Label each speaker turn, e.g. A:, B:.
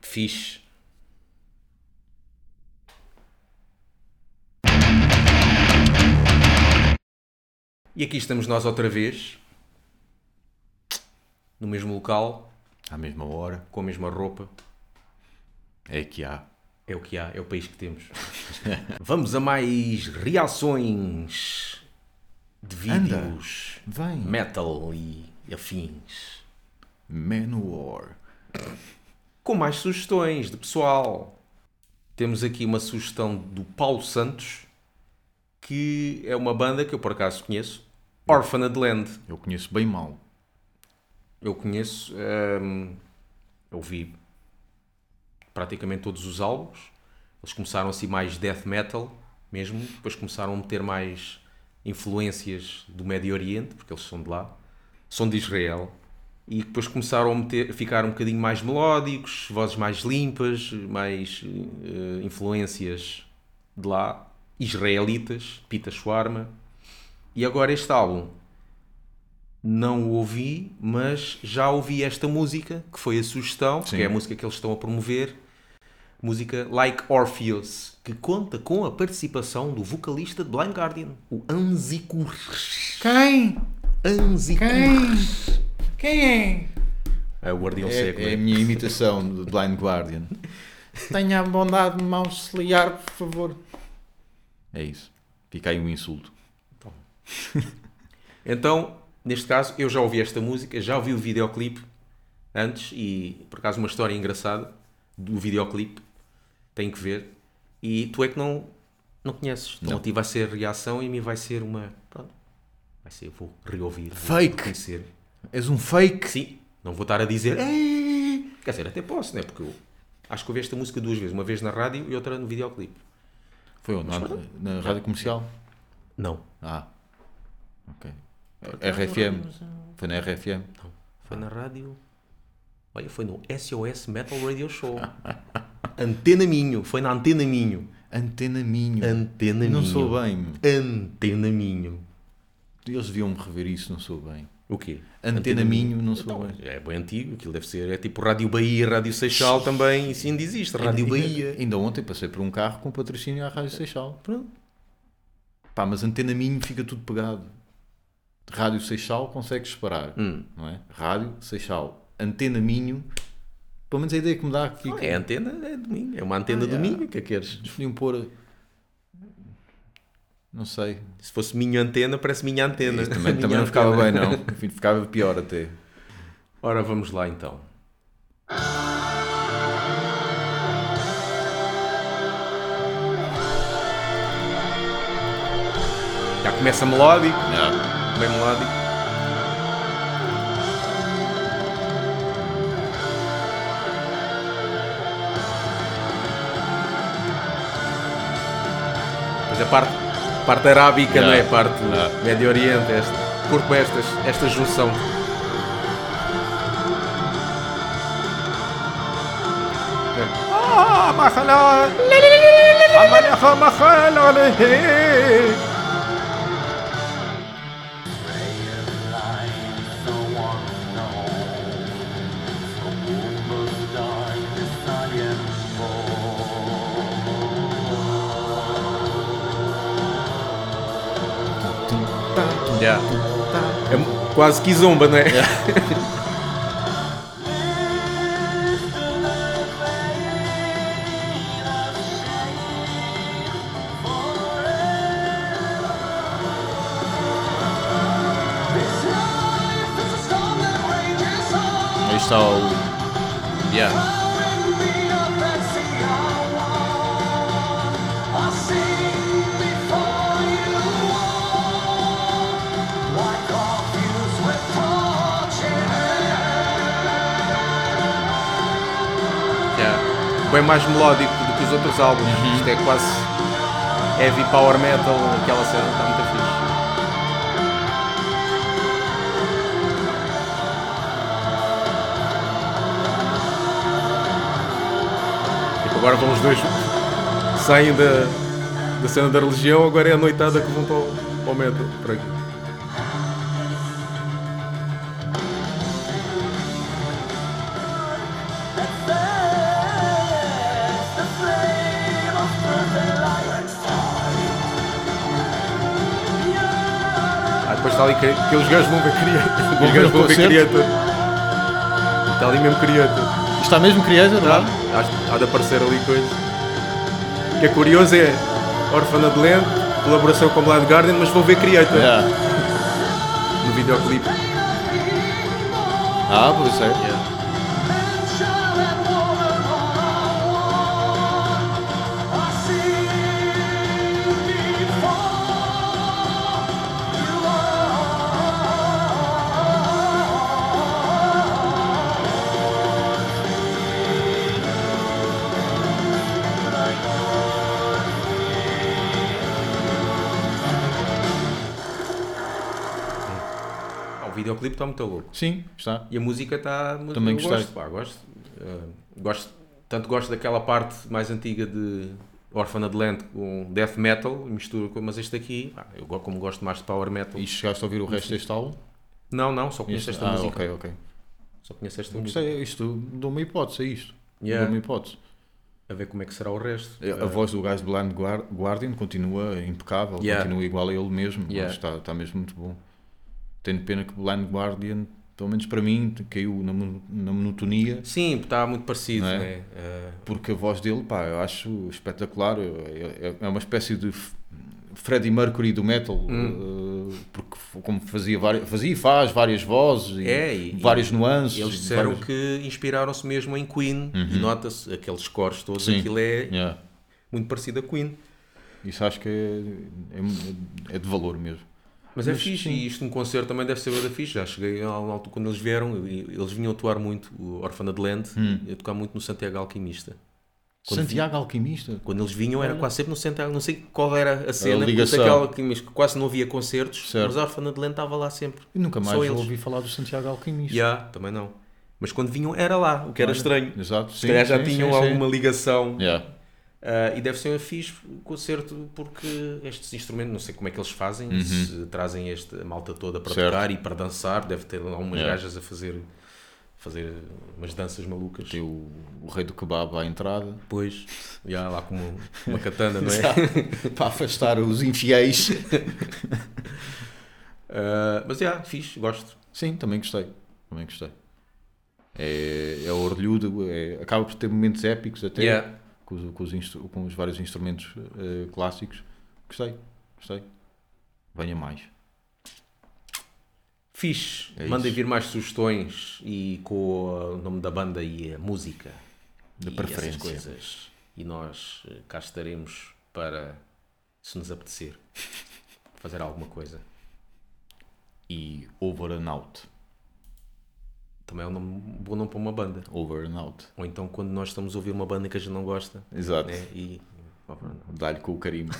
A: fixe. E aqui estamos nós outra vez, no mesmo local,
B: À mesma hora,
A: com a mesma roupa.
B: é que há.
A: É o que há, é o país que temos. Vamos a mais reações de
B: Anda.
A: vídeos,
B: Vem.
A: metal e afins.
B: Manowar.
A: Com mais sugestões de pessoal. Temos aqui uma sugestão do Paulo Santos, que é uma banda que eu por acaso conheço, Orphaned Land.
B: Eu conheço bem mal.
A: Eu conheço, hum, eu vi praticamente todos os álbuns. Eles começaram assim mais death metal mesmo, depois começaram a meter mais influências do Médio Oriente, porque eles são de lá, são de Israel. E depois começaram a, meter, a ficar um bocadinho mais melódicos, vozes mais limpas, mais eh, influências de lá, israelitas, Pita Schwarma. E agora este álbum não o ouvi, mas já ouvi esta música, que foi a sugestão,
B: Sim.
A: que é a música que eles estão a promover. Música Like Orpheus, que conta com a participação do vocalista de Blind Guardian, o Anzikur.
B: Quem?
A: Anzikur.
B: Quem é?
A: É o Guardião Seco.
B: É,
A: né?
B: a minha imitação do Blind Guardian.
C: Tenha a bondade de me auxiliar, por favor.
B: É isso. Fica aí um insulto.
A: Então, neste caso, eu já ouvi esta música, já ouvi o videoclipe antes e, por acaso, uma história engraçada do videoclipe. Tem que ver. E tu é que não, não conheces. Então,
B: Não.
A: a ti vai ser reação e a mim vai ser uma... Pronto. Vai ser, eu vou reouvir. vou
B: Fake.
A: reconhecer.
B: És um fake. É.
A: Sim, não vou estar a dizer... "Eh". Quer dizer, até posso, né? Porque eu acho que ouvi esta música duas vezes. Uma vez na rádio e outra no videoclipe.
B: Foi onde? Na, na rádio comercial?
A: Não.
B: Ah. Ok. RFM. Foi na RFM.
A: Foi na rádio. Olha, foi no SOS Metal Radio Show. Antena Minho. Foi na Antena Minho.
B: Antena Minho.
A: Antena
B: Não
A: Minho.
B: sou bem.
A: Antena Minho.
B: Eles deviam-me rever isso, não sou bem.
A: O quê?
B: Antena Minho, não sou
A: Então,
B: bem.
A: é bem antigo, aquilo deve ser. É tipo Rádio Bahia, Rádio Seixal também. Isso ainda
B: É
A: existe. Rádio Bahia.
B: Ainda ontem passei por um carro com patrocínio à Rádio Seixal.
A: Pronto.
B: Pá, mas antena minho fica tudo pegado. Rádio Seixal consegues separar,
A: Hum.
B: não é? Rádio Seixal, antena minho, pelo menos a ideia que me dá que
A: Não,
B: fica.
A: É antena, é domingo. É uma antena
B: Ah, é.
A: domingo. que é que queres?
B: Escolhiam pôr. Não sei.
A: Se fosse minha antena, parece minha antena.
B: Isto também,
A: Minha
B: também não ficava
A: antena.
B: bem, não. Ficava pior até.
A: Ora, vamos lá então. Já começa melódico, bem melódico. Mas a parte, a parte arábica,
B: Já.
A: não é? A parte do
B: Já.
A: Médio Oriente, esta. Curto bem estas, esta junção. Já. É mu- quase que zomba, não é?
B: Aí está o.
A: Yeah. Bem mais melódico do que os outros álbuns. Isto é quase heavy power metal, aquela cena está muito fixe. Tipo, agora vão os dois saem da, da cena da religião, agora é a noitada que vão para o, para o metal. Por aqui.
D: Yeah.
A: Ah, está ali cri- aqueles gajos vão ver criatura. Os
B: ver o
A: gajos vão ver
B: concerto?
A: criatura. Está ali mesmo criatura.
B: Está mesmo criança,
A: Tá?
B: não é?
A: Há, há de aparecer ali coisa. O que é curioso é Orfana de Land, colaboração com Blind Guardian, mas vão ver criatura
B: Yeah.
A: no videoclipe.
B: Ah, pois é.
A: Ah, O videoclipe está muito louco.
B: Sim, está.
A: E a música está.
B: Também
A: eu
B: gostei.
A: Gosto, pá, gosto. Eh, gosto- Tanto gosto daquela parte mais antiga de Orphan Land com death metal, mistura com. Mas este aqui, pá, eu go- como gosto mais de power metal.
B: E chegaste a ouvir o resto deste álbum?
A: Não, não, só conheço esta
B: ah,
A: música.
B: ok, ok.
A: Só conheço esta
B: Isto,
A: música.
B: é, isto dou uma hipótese a isto.
A: Yeah.
B: Dou uma hipótese.
A: A ver como é que será o resto.
B: A voz do gajo de Blind Guar- Guardian continua impecável,
A: Yeah.
B: continua igual a ele mesmo.
A: Yeah.
B: Acho que Está, está mesmo muito bom. Tenho pena que Blind Guardian, pelo menos para mim, caiu na, mon- na monotonia,
A: Sim, está muito parecido,
B: Não é?
A: né? Eh,
B: porque a voz dele, pá, eu acho espetacular. É, é- é uma espécie de F- Freddie Mercury do metal,
A: Hum.
B: eh, porque f- como fazia, várias, fazia e faz várias vozes e,
A: É, e-
B: várias nuances.
A: eles disseram
B: várias-
A: que inspiraram-se mesmo em Queen e nota-se aqueles cores todos,
B: Uhum. Sim.
A: aquilo é
B: Yeah.
A: muito parecido a Queen.
B: Isso acho que é, é- é de valor mesmo.
A: Mas é
B: Mas
A: fixe,
B: sim.
A: e isto no concerto também deve ser bué da fixe. Já cheguei ao alto quando eles vieram, e- eles vinham atuar muito, o Orfana de Land,
B: Hum.
A: a tocar muito no Santiago Alquimista. Quando
B: Santiago Alquimista.
A: Quando eles vinham era quase sempre no Santiago, não sei qual era a cena, porque
B: ligação.
A: Santiago Alquimista que quase não havia concertos,
B: Certo.
A: mas a Orfana de Land estava lá sempre.
B: Eu nunca mais
A: Só eles.
B: ouvi falar do Santiago Alquimista.
A: Já, também não. Mas quando vinham era lá, o que era
B: Olha,
A: estranho.
B: Exato.
A: Se
B: sim,
A: calhar já
B: sim,
A: tinham
B: sim, sim.
A: alguma ligação
B: Yeah.
A: Ah, e deve ser um fixe concerto porque estes instrumentos, não sei como é que eles fazem, se trazem esta malta toda para
B: Uhum. Certo.
A: tocar e para dançar, deve ter lá umas
B: Yeah.
A: gajas a fazer, fazer umas danças malucas.
B: Tem o, o rei do kebab à entrada
A: Depois, já lá com uma, uma katana, não é?
B: né? para afastar os infiéis.
A: Ah, mas é, fixe, gosto.
B: Sim, também gostei. Também gostei. É, é orlhudo, é- acaba por ter momentos épicos até
A: Yeah.
B: com, os, com os instru- com os vários instrumentos eh, clássicos. Gostei, gostei. Venha mais.
A: Fixe.
B: É
A: Mandem
B: isso.
A: vir mais sugestões e com o nome da banda e a música.
B: Da
A: e
B: preferência.
A: Essas coisas. E nós eh, cá estaremos para, se nos apetecer, fazer alguma coisa.
B: E over and out.
A: Também é um nome, bom nome para uma banda.
B: Over and out.
A: Ou então quando nós estamos a ouvir uma banda que a gente não gosta.
B: Exato.
A: Né? E. pá, pronto.
B: Dá-lhe com o carimbo.